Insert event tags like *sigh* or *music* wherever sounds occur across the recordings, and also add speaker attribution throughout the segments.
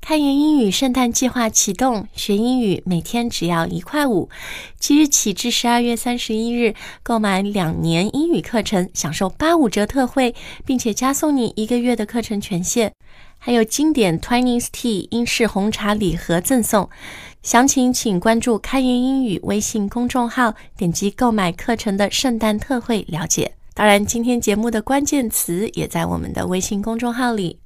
Speaker 1: 开源英语圣诞计划启动，学英语每天只要一块五。即日起至十二月三十一日，购买两年英语课程，享受八五折特惠，并且加送你一个月的课程权限，还有经典 Twinings Tea 英式红茶礼盒赠送。详情请关注“开源英语”微信公众号，点击购买课程的圣诞特惠了解。当然，今天节目的关键词也在我们的微信公众号里。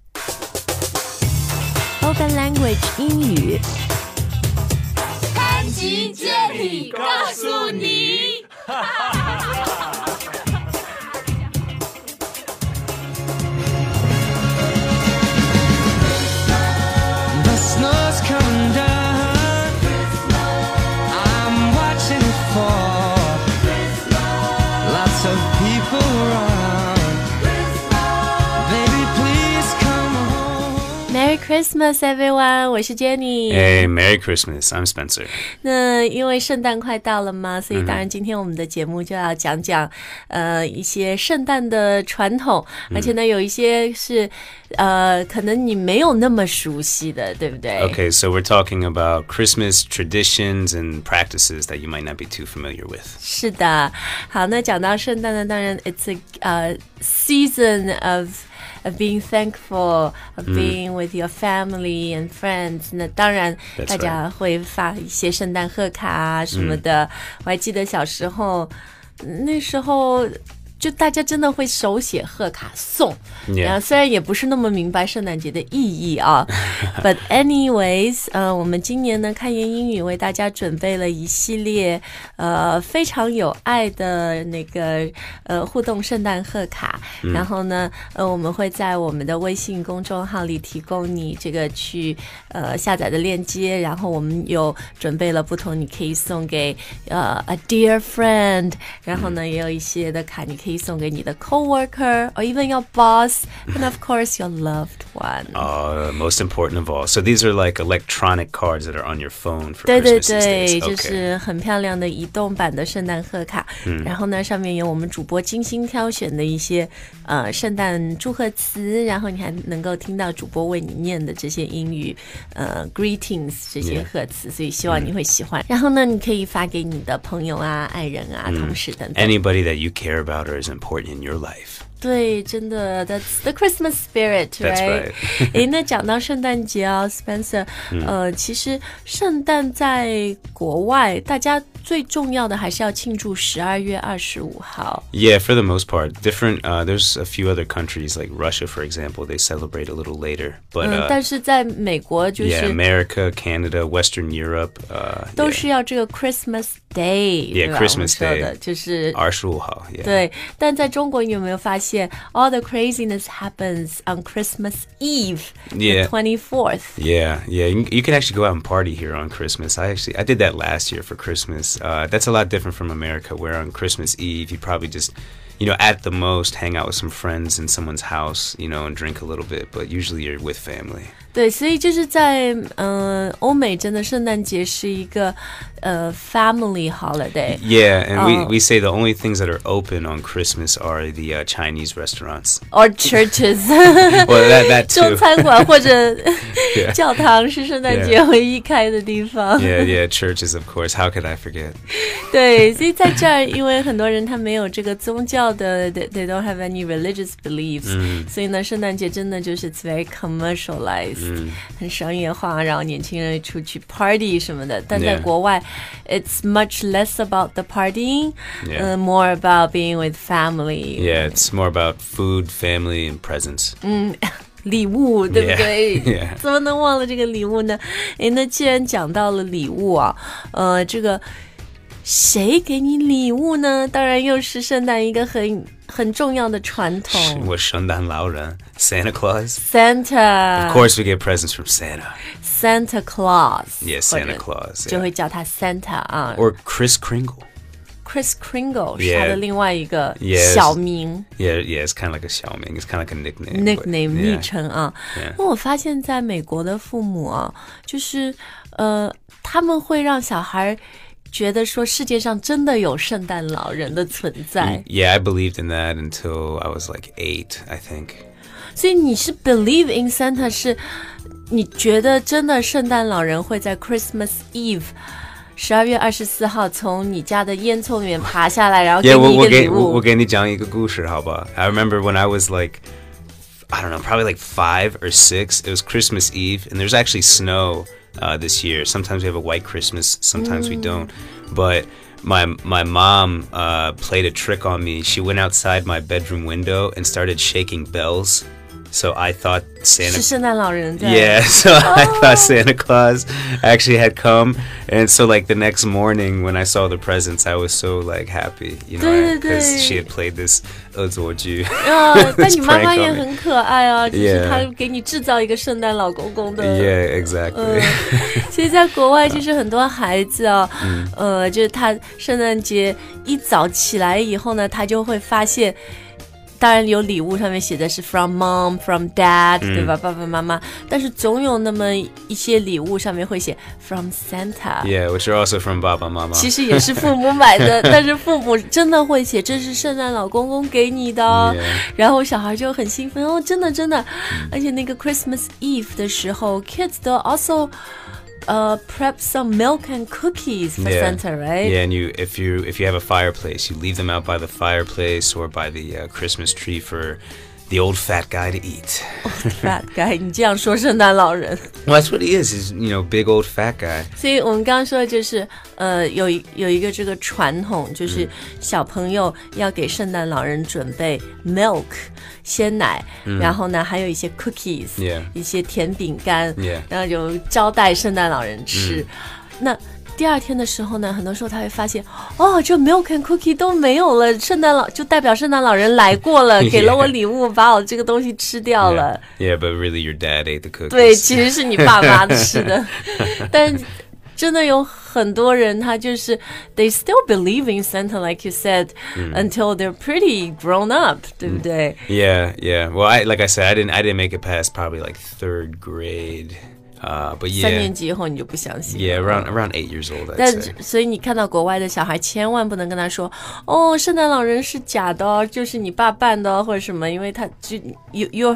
Speaker 1: Open Language 英语。
Speaker 2: 班级接力告诉你。
Speaker 3: The snow's coming down. I'm watching it fall. Lots of people around. Baby, please come home.
Speaker 1: Merry Christmas, everyone！我是 Jenny。
Speaker 4: Hey, Merry Christmas. I'm Spencer.
Speaker 1: 那因为圣诞快到了嘛，所以当然今天我们的节目就要讲讲，呃，一些圣诞的传统，而且呢，有一些是，呃，可能你没有那么熟悉的，对不对
Speaker 4: Okay, so we're talking about Christmas traditions and practices that you might not be too familiar with.
Speaker 1: 是的，好，那讲到圣诞呢，当然，it's a 呃、season of of being thankful, of being with your family and friends。那当然，
Speaker 4: That's
Speaker 1: 大家啊会发一些圣诞贺卡啊什么的。我还记得小时候，那时候。就大家真的会手写贺卡送
Speaker 4: Yeah
Speaker 1: 然后虽然也不是那么明白圣诞节的意义啊，but anyways，呃，我们今年呢，开言英语为大家准备了一系列呃非常有爱的那个呃互动圣诞贺卡，然后呢，呃，我们会在我们的微信公众号里提供你这个去呃下载的链接，然后我们有准备了不同，你可以送给呃 a dear friend，然后呢，也有一些的卡你可以送给你的 coworker or even your boss and of course your loved one。
Speaker 4: Uh, most important of all. So these are like electronic cards that are on your phone for
Speaker 1: 对对
Speaker 4: Christmas
Speaker 1: 对，
Speaker 4: these days.
Speaker 1: 就
Speaker 4: Okay.
Speaker 1: 是很漂亮的移动版的圣诞贺卡。
Speaker 4: 嗯
Speaker 1: 然后呢，上面有我们主播精心挑选的一些呃圣诞祝贺词，然后你还能够听到主播为你念的这些英语呃 greetings 这些
Speaker 4: Yeah 嗯
Speaker 1: 贺词，所以希望你会喜欢。然后呢，你可以发给你的朋友啊、爱人啊、
Speaker 4: 嗯
Speaker 1: 同事等等。
Speaker 4: Anybody that you care about or is important in your life.
Speaker 1: 对，真的，That's the Christmas spirit，right？
Speaker 4: That's
Speaker 1: *laughs* 诶，那讲到圣诞节啊，Spencer，、呃，其实圣诞在国外，大家最重要的还是要庆祝十二月二十五号。
Speaker 4: Yeah, for the most part. Different. Uh, there's a few other countries like Russia, for example. They celebrate a little later, but
Speaker 1: 嗯，
Speaker 4: uh,
Speaker 1: 但是在美国就
Speaker 4: yeah,
Speaker 1: 是
Speaker 4: America, Canada, Western Europe. Uh,
Speaker 1: 都
Speaker 4: yeah.
Speaker 1: 是要这个 Christmas Day，对
Speaker 4: Yeah,
Speaker 1: 吧
Speaker 4: Christmas
Speaker 1: 我们说
Speaker 4: Day
Speaker 1: 的就是。
Speaker 4: 25号, yeah.
Speaker 1: 对，但在中国，你有没有发现，all the craziness happens on Christmas
Speaker 4: Yeah.
Speaker 1: Eve，the twenty fourth？
Speaker 4: Yeah, yeah. You, you can actually go out and party here on Christmas. I actually I did that last year for Christmas. Uh, that's a lot different from America, where on Christmas Eve you probably just, you know, at the most hang out with some friends in someone's house, you know, and drink a little bit. But usually you're with family.
Speaker 1: 对，所以就是在嗯、呃欧美真的圣诞节是一个呃 family holiday。
Speaker 4: Yeah, and
Speaker 1: Oh.
Speaker 4: we, we say the only things that are open on Christmas are the uh, Chinese restaurants.
Speaker 1: or churches，
Speaker 4: Well,
Speaker 1: *laughs*
Speaker 4: that *laughs* that
Speaker 1: 中
Speaker 4: too.
Speaker 1: 餐
Speaker 4: *laughs*
Speaker 1: 馆或者 *laughs* 教堂是圣诞节
Speaker 4: Yeah.
Speaker 1: 唯一开的地方。
Speaker 4: yeah, yeah. Churches, of course. How could I forget?
Speaker 1: *laughs* 对，所以在这儿，因为很多人他没有这个宗教的，they they don't have any religious beliefs，、所以呢，圣诞节真的就是 it's very commercialized，、很商业化，然后年轻人出去 party 什么的。但在
Speaker 4: Yeah.
Speaker 1: 国外，it's much less about the partying，嗯
Speaker 4: Yeah.
Speaker 1: more about being with family，、
Speaker 4: Yeah, it's more about food, family, and presents.
Speaker 1: 礼物，对不对
Speaker 4: *laughs* Yeah.
Speaker 1: 怎么能忘了这个礼物呢？诶，那既然讲到了礼物啊，呃，这个谁给你礼物呢？当然又是圣诞一个很很重要的传统
Speaker 4: Was Shundan Laura Santa Claus? Of
Speaker 1: ，Santa，Santa
Speaker 4: course, we get presents from Santa.
Speaker 1: Claus，
Speaker 4: Yeah,
Speaker 1: 或者
Speaker 4: Santa Claus.
Speaker 1: 就
Speaker 4: yeah.
Speaker 1: 会叫他 Santa 啊
Speaker 4: Or Chris Kringle.
Speaker 1: ，Chris Kringle 是
Speaker 4: Yeah.
Speaker 1: 他的另外一个
Speaker 4: Yes.
Speaker 1: 小名。
Speaker 4: Yeah, yeah, it's kind of like a Xiaoming. It's kind of like a nickname. but-
Speaker 1: nickname 昵
Speaker 4: yeah.
Speaker 1: 称啊。
Speaker 4: Yeah.
Speaker 1: 那我发现在美国的父母啊，就是呃，他们会让小孩觉得说世界上真的有圣诞老人的存在
Speaker 4: Y-，Yeah, I believed in that until I was like eight, I think.
Speaker 1: 所以你是 believe in Santa 是你觉得真的圣诞老人会在 Christmas Eve？十二月二十四号，从你家的烟囱里面爬下来，然后给
Speaker 4: Yeah, 我
Speaker 1: 你一
Speaker 4: 我
Speaker 1: 个礼
Speaker 4: 给我
Speaker 1: 物。
Speaker 4: 我给你讲一个故事，好吧？I remember when I was like, I don't know, probably like five or six. It was Christmas Eve, and there's actually snow uh, this year. Sometimes we have a white Christmas, sometimes we don't. But my my mom uh, played a trick on me. She went outside my bedroom window and started shaking bells. So I thought
Speaker 1: 是 *laughs*
Speaker 4: Santa
Speaker 1: 圣诞老人在
Speaker 4: Yeah, *laughs* so I thought Santa Claus actually had come, and so like the next morning when I saw the presents, I was so like happy, you know, because she had played this 恶作剧.
Speaker 1: 啊，但你妈妈
Speaker 4: prank on
Speaker 1: 也
Speaker 4: *laughs* me.
Speaker 1: 很可爱啊，只是
Speaker 4: Yeah.
Speaker 1: 她给你制造一个圣诞老公公的
Speaker 4: *laughs* yeah, exactly.
Speaker 1: *laughs* 其实，在国外，就是很多孩子啊，呃，就是他圣诞节一早起来以后呢，他就会发现，当然有礼物上面写的是 from mom from dad，、对吧？爸爸妈妈，但是总有那么一些礼物上面会写 from Santa。
Speaker 4: yeah, which are also from Baba Mama.
Speaker 1: 其实也是父母买
Speaker 4: *laughs*
Speaker 1: 的，但是父母真的会写这是圣诞老公公给你的哦
Speaker 4: Yeah. 嗯
Speaker 1: 然后小孩就很兴奋哦，真的真的，而且那个 Christmas Eve 的时候，kids 都 also 呃、prep some milk and cookies for
Speaker 4: Yeah.
Speaker 1: Santa right？
Speaker 4: Yeah, and you if you if you have a fireplace, you leave them out by the fireplace or by the uh, Christmas tree for the old fat guy to eat.
Speaker 1: Fat guy，你这样说圣诞老人。
Speaker 4: Well, that's what he is. He's you know big old fat guy.
Speaker 1: 所以我们刚刚说的就是，呃，有一有一个这个传统，就是
Speaker 4: 嗯
Speaker 1: 小朋友要给圣诞老人准备 milk 鲜奶，然后呢还有一些 cookies，、
Speaker 4: 嗯 Yeah
Speaker 1: 一些甜饼干
Speaker 4: Yeah 嗯
Speaker 1: 然后就招待圣诞老人吃。那第二天的时候呢，很多时候他会发现，哦，这 milk and cookie 都没有了，圣诞老就代表圣诞老人来过
Speaker 4: *laughs*
Speaker 1: 了，给了我礼物，把我这个东西吃掉了。
Speaker 4: Yeah. yeah, but really, your dad ate the cookies.
Speaker 1: 对，其实是你爸妈吃
Speaker 4: *laughs*
Speaker 1: 的，但真的有很多人，他就是 they still believe in Santa like you said、until
Speaker 4: 嗯
Speaker 1: they're pretty grown up，对不对？
Speaker 4: Yeah, yeah. Well, I like I said, I didn't I didn't make it past probably like third grade. Uh, but
Speaker 1: 三年
Speaker 4: yeah,
Speaker 1: 级以后你就不相信了
Speaker 4: yeah, around around eight years old, I'd
Speaker 1: 但
Speaker 4: say.
Speaker 1: 所以你看到国外的小孩，千万不能跟他说：“哦，圣诞老人是假的哦，就是你爸扮的哦，或者什么，因为他就 you you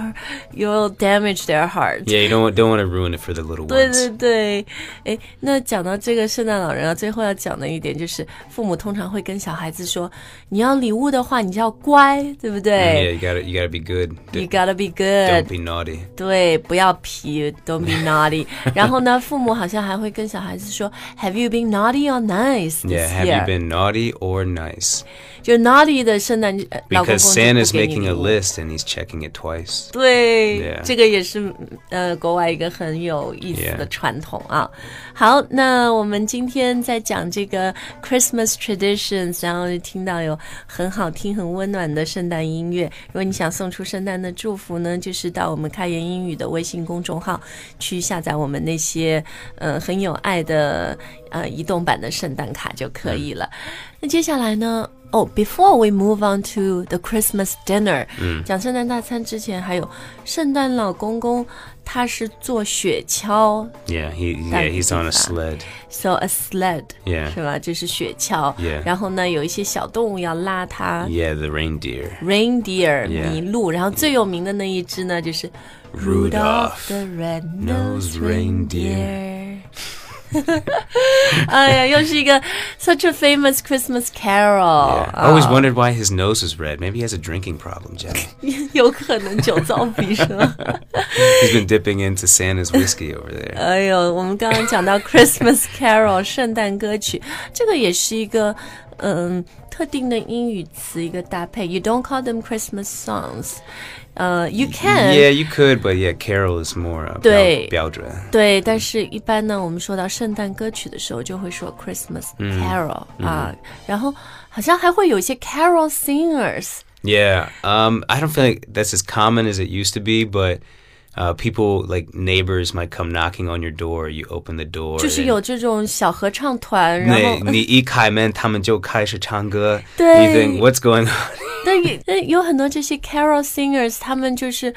Speaker 1: you damage their heart。”
Speaker 4: Yeah, you don't want- don't want to ruin it for the little
Speaker 1: 对对
Speaker 4: ones.
Speaker 1: 对，哎，那讲到这个圣诞老人啊，最后要讲的一点就是，父母通常会跟小孩子说，你要礼物的话，你就要乖，对不
Speaker 4: Yeah,
Speaker 1: 对
Speaker 4: you gotta you gotta be good.
Speaker 1: ？You
Speaker 4: D-
Speaker 1: gotta be
Speaker 4: 哎 Don't
Speaker 1: good，
Speaker 4: be naughty.
Speaker 1: 对，不要皮，Don't be
Speaker 4: *laughs*
Speaker 1: naughty。然后呢，父母好像还会跟小孩子说，Have you been naughty or nice this
Speaker 4: Yeah, have you
Speaker 1: year？
Speaker 4: been naughty or nice?
Speaker 1: 就 naughty 的圣诞呃老公公
Speaker 4: Because
Speaker 1: 就
Speaker 4: Santa's
Speaker 1: 不给你
Speaker 4: making
Speaker 1: 礼
Speaker 4: a
Speaker 1: 物
Speaker 4: list and he's checking it twice.
Speaker 1: 对
Speaker 4: Yeah.
Speaker 1: 这个也是呃国外一个很有意思
Speaker 4: Yeah.
Speaker 1: 的传统啊。好，那我们今天在讲这个 Christmas traditions，然后就听到有很好听、很温暖的圣诞音乐。如果你想送出圣诞的祝福呢，就是到我们开言英语的微信公众号去下载我们那些呃很有爱的呃移动版的圣诞卡就可以了。那接下来呢？哦、b e f o r e we move on to the Christmas dinner，讲圣诞大餐之前，还有圣诞老公公他是坐雪橇
Speaker 4: Yeah, he yeah
Speaker 1: That'd
Speaker 4: he's
Speaker 1: be
Speaker 4: on a
Speaker 1: fun.
Speaker 4: sled.
Speaker 1: ，so a sled，、
Speaker 4: Yeah.
Speaker 1: 是吧？就是雪橇
Speaker 4: Yeah.
Speaker 1: 然后呢，有一些小动物要拉它
Speaker 4: Yeah, the reindeer.
Speaker 1: ，reindeer、
Speaker 4: Yeah.
Speaker 1: 麋鹿，然后最有名的那一只呢，就是
Speaker 4: Rudolph
Speaker 1: the
Speaker 4: Nose
Speaker 1: Red-Nosed
Speaker 4: Reindeer
Speaker 1: Reindeer。哎呀，又是一个 such a famous Christmas carol，、啊
Speaker 4: Yeah. Oh I always wondered why his nose was red. Maybe he has a drinking problem, Jenny.
Speaker 1: *laughs* 有可能酒糟鼻是吗？
Speaker 4: He's been dipping into Santa's whiskey over there.
Speaker 1: 哎呦，我们刚刚讲到 Christmas Carol 圣诞歌曲，这个也是一个嗯特定的英语词一个搭配。You don't call them Christmas songs，呃、y o u can。
Speaker 4: Yeah, you could, but yeah, Carol is more uh,
Speaker 1: 对。
Speaker 4: 标准。
Speaker 1: 对，但是一般呢，我们说到圣诞歌曲的时候，就会说 Christmas Carol、啊，然后好像还会有一些 Carol singers，
Speaker 4: Yeah, um, I don't feel like that's as common as it used to be, but uh, people like neighbors might come knocking on your door. You open the door.
Speaker 1: 就是有这种小合唱团，然后
Speaker 4: *laughs* 那你一开门，他们就开始唱歌。
Speaker 1: 对。
Speaker 4: You think what's going on? *laughs*
Speaker 1: 但也但有很多这些 carol singers，他们就是。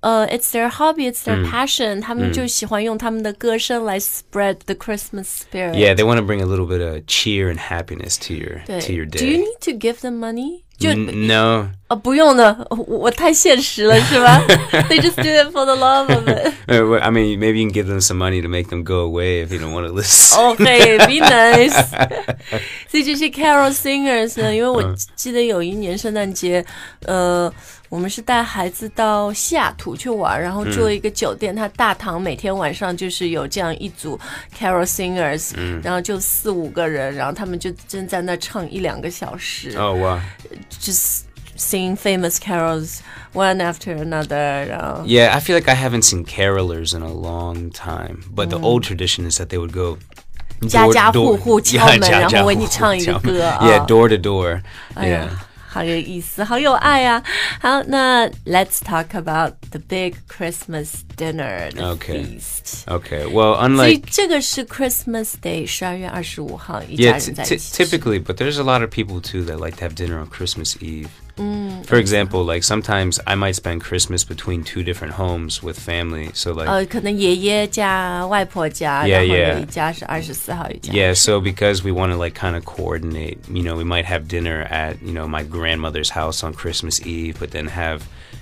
Speaker 1: 呃、i t s their hobby, it's their passion、他们就喜欢用他们的歌声来 spread the Christmas spirit.
Speaker 4: Yeah, they want to bring a little bit of cheer and happiness to your
Speaker 1: 对
Speaker 4: to your
Speaker 1: Do you
Speaker 4: day. Mm。
Speaker 1: need to give them money? 就
Speaker 4: N- no,
Speaker 1: 啊，不用的，我我太现实了，是
Speaker 4: *laughs*
Speaker 1: 吧？They just do it for the love of it。
Speaker 4: Uh, well, I mean maybe you can give them some money to make them go away if you don't want to *laughs* listen.
Speaker 1: Oh. OK, 哦 be nice 。所以这些 carol singers 呢，因为我记得有一年圣诞节，呃，我们是带孩子到西雅图去玩，然后住了一个酒店，它大堂每天晚上就是有这样一组 carol singers，、然后就四五个人，然后他们就真在那唱一两个小时。
Speaker 4: Oh wow,
Speaker 1: just singing famous carols one after another. 然后
Speaker 4: yeah. I feel like I haven't seen carolers in a long time. But the old tradition is that they would go. door to
Speaker 1: 家家户户
Speaker 4: door. *laughs* Yeah,
Speaker 1: 敲门，
Speaker 4: 家家户户
Speaker 1: 然后为你唱一个
Speaker 4: 敲门。
Speaker 1: 歌，啊。
Speaker 4: Yeah, door to door.
Speaker 1: 哎呀
Speaker 4: Yeah.
Speaker 1: 好有意思，好有爱啊！好，那 Let's talk about the big Christmas dinner, the
Speaker 4: Okay.
Speaker 1: feast.
Speaker 4: Okay. Well,
Speaker 1: 所以
Speaker 4: unlike
Speaker 1: 这个是 Christmas Day，十二月二十五号，一
Speaker 4: yeah,
Speaker 1: 家
Speaker 4: t-
Speaker 1: 人在
Speaker 4: t-
Speaker 1: 一起吃。
Speaker 4: typically, but there's a lot of people too that like to have dinner on Christmas Eve. For example, like sometimes I might spend Christmas between two different homes with family. So like
Speaker 1: 呃，可能爷爷家、外婆家
Speaker 4: Yeah,
Speaker 1: 然后
Speaker 4: yeah.
Speaker 1: 有一家是二十四号一家。
Speaker 4: Yeah, so because we want to like kind of coordinate, you know, we might have dinner at, you know, my grandmother's house on Christmas Eve, but then have,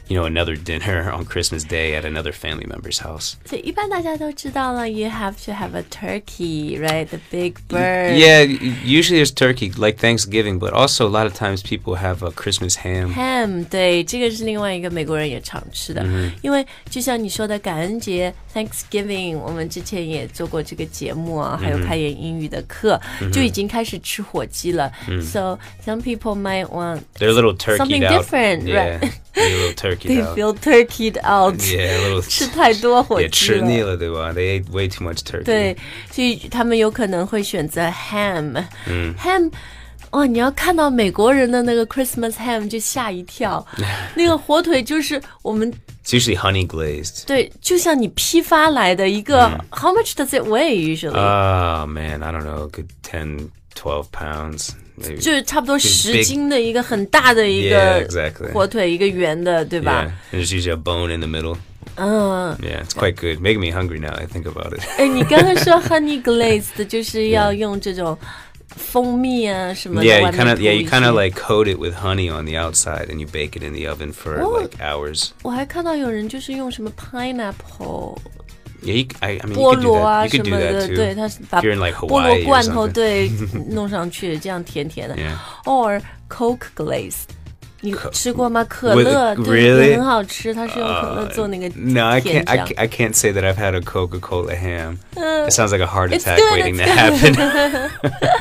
Speaker 4: you know, another dinner *laughs* on Christmas Day at another family member's house.
Speaker 1: 所以一般大家都知道了，You have to have a turkey, right? The big bird.
Speaker 4: Yeah, y- usually there's turkey like Thanksgiving, but also a lot of times people have a Christmas ham.
Speaker 1: ham，对，这个是另外一个美国人也常吃
Speaker 4: 嗯
Speaker 1: 的，因为就像你说的，感恩节 Thanksgiving，我们之前也做过这个节目啊，
Speaker 4: 嗯
Speaker 1: 还有开演英语的课，就已经开始吃火鸡了。So
Speaker 4: 嗯
Speaker 1: some people might want
Speaker 4: They're a little turkey
Speaker 1: Something
Speaker 4: out.
Speaker 1: different,
Speaker 4: yeah,
Speaker 1: right.
Speaker 4: They're a little
Speaker 1: *laughs*
Speaker 4: turkey
Speaker 1: they
Speaker 4: out.
Speaker 1: feel turkeyed out，
Speaker 4: *laughs* yeah, a little
Speaker 1: *laughs* 吃太多火
Speaker 4: yeah,
Speaker 1: 鸡了。
Speaker 4: 吃腻了，对吧？They ate way too much turkey.
Speaker 1: 对，所以他们有可能会选择 ham。嗯，ham。哦，你要看到美国人的那个 Christmas ham 就吓一
Speaker 4: *laughs*
Speaker 1: 跳，那个火腿就是我们
Speaker 4: It's usually honey glazed.
Speaker 1: 对，就像你批发来的一个、h
Speaker 4: 嗯
Speaker 1: o w much does it weigh usually？、
Speaker 4: Oh man, I don't know, a good 10, 12 pounds. Maybe.
Speaker 1: 就是差不多
Speaker 4: big-
Speaker 1: 十斤的一个很大的一个
Speaker 4: Yeah, exactly.
Speaker 1: 火腿，一个圆的，对吧
Speaker 4: Yeah, and there's usually a bone in the middle.
Speaker 1: 嗯，
Speaker 4: Yeah, it's quite good. Making me hungry now. that I think about it.
Speaker 1: 哎，你刚刚说 honey glazed 就是要用这种蜂蜜啊什么的
Speaker 4: yeah,
Speaker 1: 外面
Speaker 4: you kind
Speaker 1: 涂
Speaker 4: of yeah,
Speaker 1: 一
Speaker 4: you
Speaker 1: 些
Speaker 4: kind of like coat it with honey on the outside, and you bake it in the oven for
Speaker 1: Oh.
Speaker 4: like hours.
Speaker 1: 我还看到有人就是用什么 pineapple
Speaker 4: Yeah, you, c- I, I mean, you
Speaker 1: 菠
Speaker 4: could do
Speaker 1: 萝啊
Speaker 4: that. You
Speaker 1: 什
Speaker 4: could
Speaker 1: 么
Speaker 4: do
Speaker 1: 的，
Speaker 4: that
Speaker 1: 对，
Speaker 4: too.
Speaker 1: 他是把
Speaker 4: If you're in,
Speaker 1: 菠
Speaker 4: like,
Speaker 1: 萝
Speaker 4: Hawaii or
Speaker 1: 罐头
Speaker 4: something.
Speaker 1: 对弄上去，这样甜甜的。
Speaker 4: *laughs* Yeah.
Speaker 1: or Coke glaze。你吃过吗？可
Speaker 4: with-
Speaker 1: 乐对，
Speaker 4: really？
Speaker 1: 也很好吃，它是用可乐
Speaker 4: Uh,
Speaker 1: 做那个
Speaker 4: no, I
Speaker 1: 甜
Speaker 4: can't. I,
Speaker 1: 酱
Speaker 4: ca- I can't say that I've had a Coca-Cola ham. it sounds like a heart
Speaker 1: Uh, it's
Speaker 4: attack
Speaker 1: good,
Speaker 4: waiting to
Speaker 1: it's *laughs*
Speaker 4: happen. *laughs*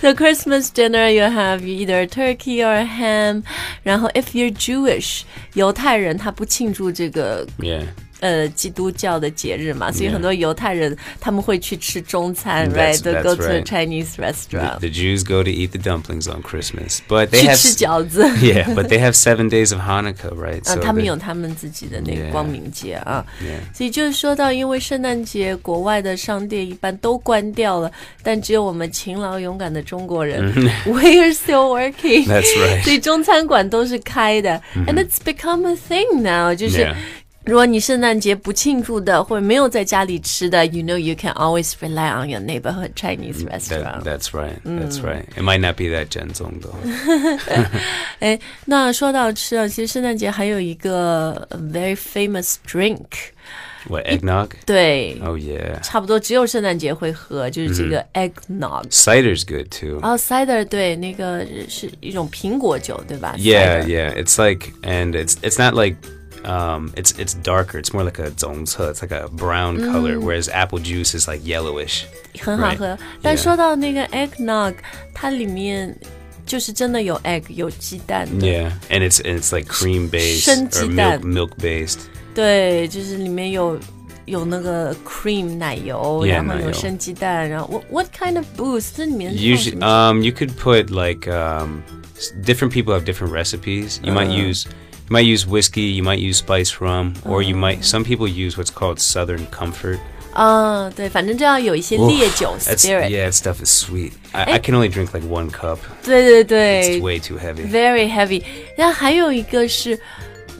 Speaker 1: The Christmas dinner you have either turkey or ham。然后 if you're Jewish，犹太人他不庆祝这个
Speaker 4: yeah,
Speaker 1: 呃基督教的节日嘛，所以
Speaker 4: Yeah.
Speaker 1: 很多犹太人他们会去吃中餐
Speaker 4: That's-
Speaker 1: ，right？They
Speaker 4: that's
Speaker 1: go to a
Speaker 4: right.
Speaker 1: Chinese
Speaker 4: the,
Speaker 1: restaurant
Speaker 4: the Jews go to eat the dumplings on Christmas, but they
Speaker 1: 去
Speaker 4: have
Speaker 1: 吃
Speaker 4: s-
Speaker 1: 饺子。
Speaker 4: *laughs* yeah, but they have seven days of Hanukkah, right?
Speaker 1: 啊，他
Speaker 4: they-
Speaker 1: 们有他们自己的那个
Speaker 4: Yeah.
Speaker 1: 光明节啊
Speaker 4: Yeah.
Speaker 1: 所以就是说到，因为圣诞节国外的商店一般都关掉了，但只有我们勤劳勇敢的中国人 *laughs* ，We are still working。
Speaker 4: 嗯 *laughs* That's right
Speaker 1: *laughs*
Speaker 4: 嗯
Speaker 1: 所以中餐馆都是开的、a n d it's become a thing now，就是
Speaker 4: Yeah.
Speaker 1: 如果你圣诞节不庆祝的，或者没有在家里吃的，you know you can always rely on your neighborhood Chinese restaurant
Speaker 4: Mm, That, that's right. Mm. That's right. It might not be that Genzong though.
Speaker 1: 哎，那说到吃啊，其实圣诞节还有一个呃 very famous drink，
Speaker 4: What eggnog?
Speaker 1: 对
Speaker 4: Oh yeah.
Speaker 1: 差不多只有圣诞节会喝，就是这
Speaker 4: 嗯
Speaker 1: 个 eggnog。
Speaker 4: Cider's good too.
Speaker 1: 然后 cider 对，那个是一种苹果酒，对吧
Speaker 4: yeah,
Speaker 1: cider
Speaker 4: yeah. It's like and it's it's not like um it's it's darker. It's more like a zongce. It's like a brown color whereas apple juice is like yellowish.
Speaker 1: 很好喝
Speaker 4: Right，
Speaker 1: 但
Speaker 4: yeah
Speaker 1: 说到那个 eggnog，它里面就是真的有 egg 有鸡蛋的
Speaker 4: Yeah. And it's and it's like cream based or
Speaker 1: 生鸡蛋。
Speaker 4: milk milk based.
Speaker 1: 对，就是里面有有那个 cream 奶油
Speaker 4: Yeah，
Speaker 1: 然后
Speaker 4: 奶
Speaker 1: 有
Speaker 4: 油
Speaker 1: 生鸡蛋，然后 what what kind of booze 这里面放
Speaker 4: Usually
Speaker 1: 什么
Speaker 4: um you could put like um s- different people have different recipes. You might
Speaker 1: Uh-huh.
Speaker 4: use you might use whiskey, you might use spice rum, or you might
Speaker 1: Uh-huh.
Speaker 4: some people use what's called southern comfort.
Speaker 1: 啊，对，反正就要有一些
Speaker 4: Oof,
Speaker 1: 烈酒
Speaker 4: that's-
Speaker 1: spirit，
Speaker 4: Yeah, that stuff is sweet. I, I can only drink like one cup.
Speaker 1: 对对
Speaker 4: It's
Speaker 1: 对
Speaker 4: way too heavy.
Speaker 1: ，very heavy。然后还有一个是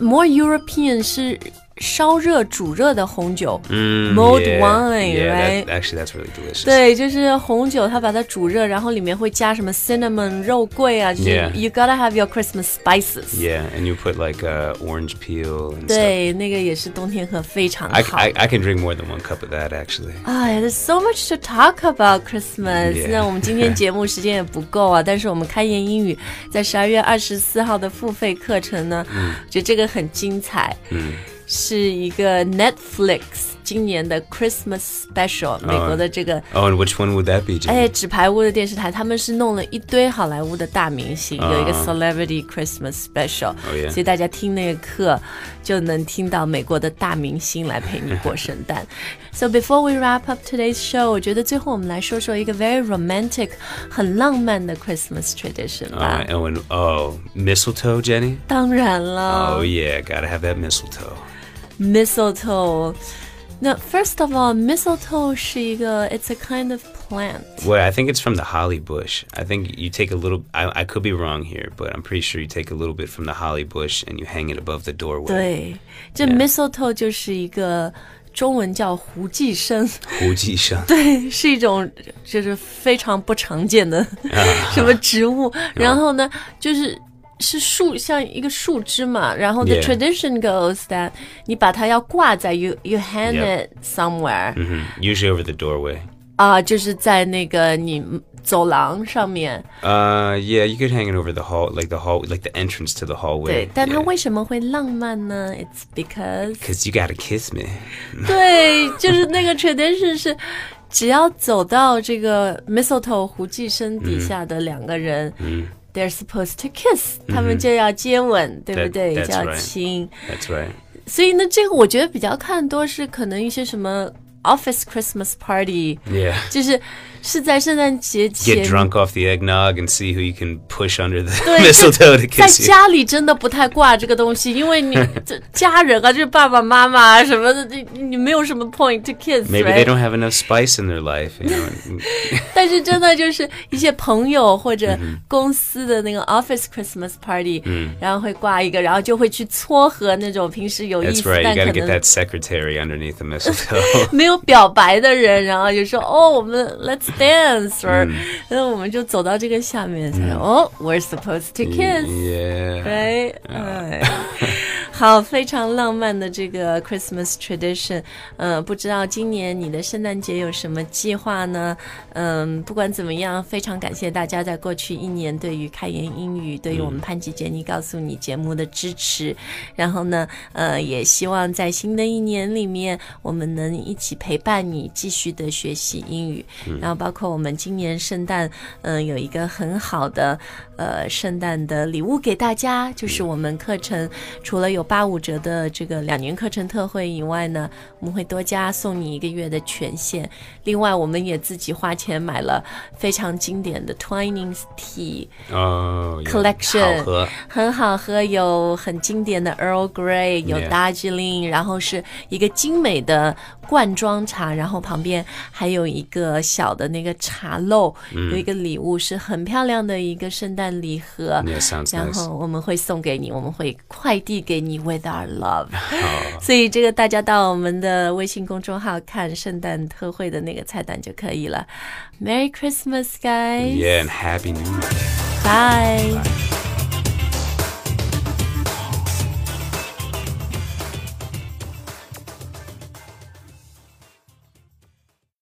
Speaker 1: more European 是烧热、煮热的红酒、
Speaker 4: Mm,
Speaker 1: mulled
Speaker 4: yeah,
Speaker 1: wine,
Speaker 4: yeah,
Speaker 1: right?
Speaker 4: that- actually, that's really delicious.
Speaker 1: 对，就是红酒，它把它煮热，然后里面会加什么 cinnamon 肉桂啊，就是
Speaker 4: Yeah.
Speaker 1: you gotta have your Christmas spices。
Speaker 4: Yeah, and you put like uh, orange peel and stuff.
Speaker 1: 对，那个也是冬天喝非常
Speaker 4: I,
Speaker 1: 好。
Speaker 4: I, I can drink more than one cup of that actually.
Speaker 1: 哎，there's so much to talk about Christmas。
Speaker 4: Yeah.
Speaker 1: 那我们今天节目时间也不够啊，但是我们开言英语在十二月二十四号的付费课程呢，觉得这个很精彩。嗯，是一个 Netflix 今年的 Christmas Special，美国的这个。
Speaker 4: Oh, and which one would that be,
Speaker 1: 而且
Speaker 4: Jimmy?
Speaker 1: 哎纸牌屋的电视台，他们是弄了一堆好莱坞的大明星，有一个
Speaker 4: 啊
Speaker 1: Celebrity Christmas Special，、
Speaker 4: yeah
Speaker 1: 所以大家听那个课就能听到美国的大明星来陪你过圣诞。so *laughs* before we wrap up today's show，我觉得最后我们来说说一个 very romantic、很浪漫的 Christmas tradition 吧。
Speaker 4: Uh, oh, and oh, mistletoe, Jenny.
Speaker 1: 当然了
Speaker 4: Oh yeah, gotta have that mistletoe.
Speaker 1: m i s t l e t o e 那 first of all，mistletoe 是一个，it's a kind of plant。
Speaker 4: Well, I think it's from the holly bush. I think you take a little. I, I could be wrong here, but I'm pretty sure you take a little bit from the holly bush and you hang it above the doorway.
Speaker 1: 对，啊这
Speaker 4: Yeah.
Speaker 1: mistletoe 就是一个中文叫胡寄生， *laughs*
Speaker 4: 胡姬生。
Speaker 1: 对，是一种就是非常不常见的 *laughs* 什么植物。然后呢，就是是树，像一个树枝嘛。然后 the
Speaker 4: Yeah.
Speaker 1: tradition goes that 你把它要挂在 you you hang
Speaker 4: Yeah.
Speaker 1: it somewhere
Speaker 4: Mhm. Usually over the doorway.
Speaker 1: 啊、就是在那个你走廊上面。
Speaker 4: Uh, yeah, you could hang it over the hall, like the hall, like the entrance to the
Speaker 1: 对
Speaker 4: hallway.
Speaker 1: 但它为什么会浪漫呢？It's because
Speaker 4: Because you gotta kiss me.
Speaker 1: 对，就是那个 tradition 是，只要走到这个 mistletoe 胡寄生底下的两个人，They're
Speaker 4: 嗯
Speaker 1: supposed to kiss，、他们就要接吻，对不
Speaker 4: 嗯 That-
Speaker 1: 对？
Speaker 4: that's
Speaker 1: 就要
Speaker 4: right
Speaker 1: 亲。
Speaker 4: That's right.
Speaker 1: 所以呢，这个我觉得比较看多是可能一些什么 office Christmas party，、
Speaker 4: Yeah.
Speaker 1: 就是是在圣诞节前
Speaker 4: Get drunk off the eggnog and see who you can push under the
Speaker 1: 对，
Speaker 4: *laughs* mistletoe to
Speaker 1: 在
Speaker 4: kiss you.
Speaker 1: 家里真的不太挂这个东西，因为你这家人啊，就是爸爸妈妈啊什么的，你你没有什么 point to kiss，
Speaker 4: Maybe
Speaker 1: right？
Speaker 4: they don't have enough spice in their life. You know? and-
Speaker 1: 但是真的就是一些朋友或者
Speaker 4: 嗯
Speaker 1: 公司的那个 office Christmas party，然后会挂一个，然后就会去撮合那种平时有意
Speaker 4: That's
Speaker 1: 思
Speaker 4: right.
Speaker 1: 但
Speaker 4: You
Speaker 1: 可
Speaker 4: gotta get
Speaker 1: 能
Speaker 4: that
Speaker 1: *laughs*
Speaker 4: secretary underneath the mistletoe.
Speaker 1: 没有表白的人，然后就说哦，我们 let's dance，or
Speaker 4: 嗯
Speaker 1: 那我们就走到这个下面，才哦，we're supposed to kiss。
Speaker 4: *laughs* 啊 yeah.
Speaker 1: 哎，哎，好，非常浪漫的这个 Christmas tradition。呃，不知道今年你的圣诞节有什么计划呢？嗯，不管怎么样，非常感谢大家在过去一年对于开言英语，对于我们潘吉杰尼告诉你节目的支持。然后呢，呃，也希望在新的一年里面，我们能一起陪伴你，继续的学习英语。然后包括我们今年圣诞，嗯、有一个很好的呃圣诞的礼物给大家，就是我们课程除了有八五折的这个两年课程特惠以外呢，我们会多加送你一个月的权限。另外，我们也自己花钱买了非常经典的 Twinings Tea。
Speaker 4: Oh, yeah.
Speaker 1: collection
Speaker 4: 好喝。
Speaker 1: 很好喝，有很经典的 Earl Grey，有
Speaker 4: Yeah
Speaker 1: Darjeeling，然后是一个精美的罐装茶，然后旁边还有一个小的那个茶漏，有一个礼物是很漂亮的一个圣诞礼盒。
Speaker 4: Yeah, sounds
Speaker 1: 然
Speaker 4: nice.
Speaker 1: 后我们会送给你，我们会快递给你 with our love。所以这个大家到我们的微信公众号看圣诞特惠的那个菜单就可以了。Merry Christmas, guys!
Speaker 4: Yeah, and happy new year.
Speaker 1: Bye.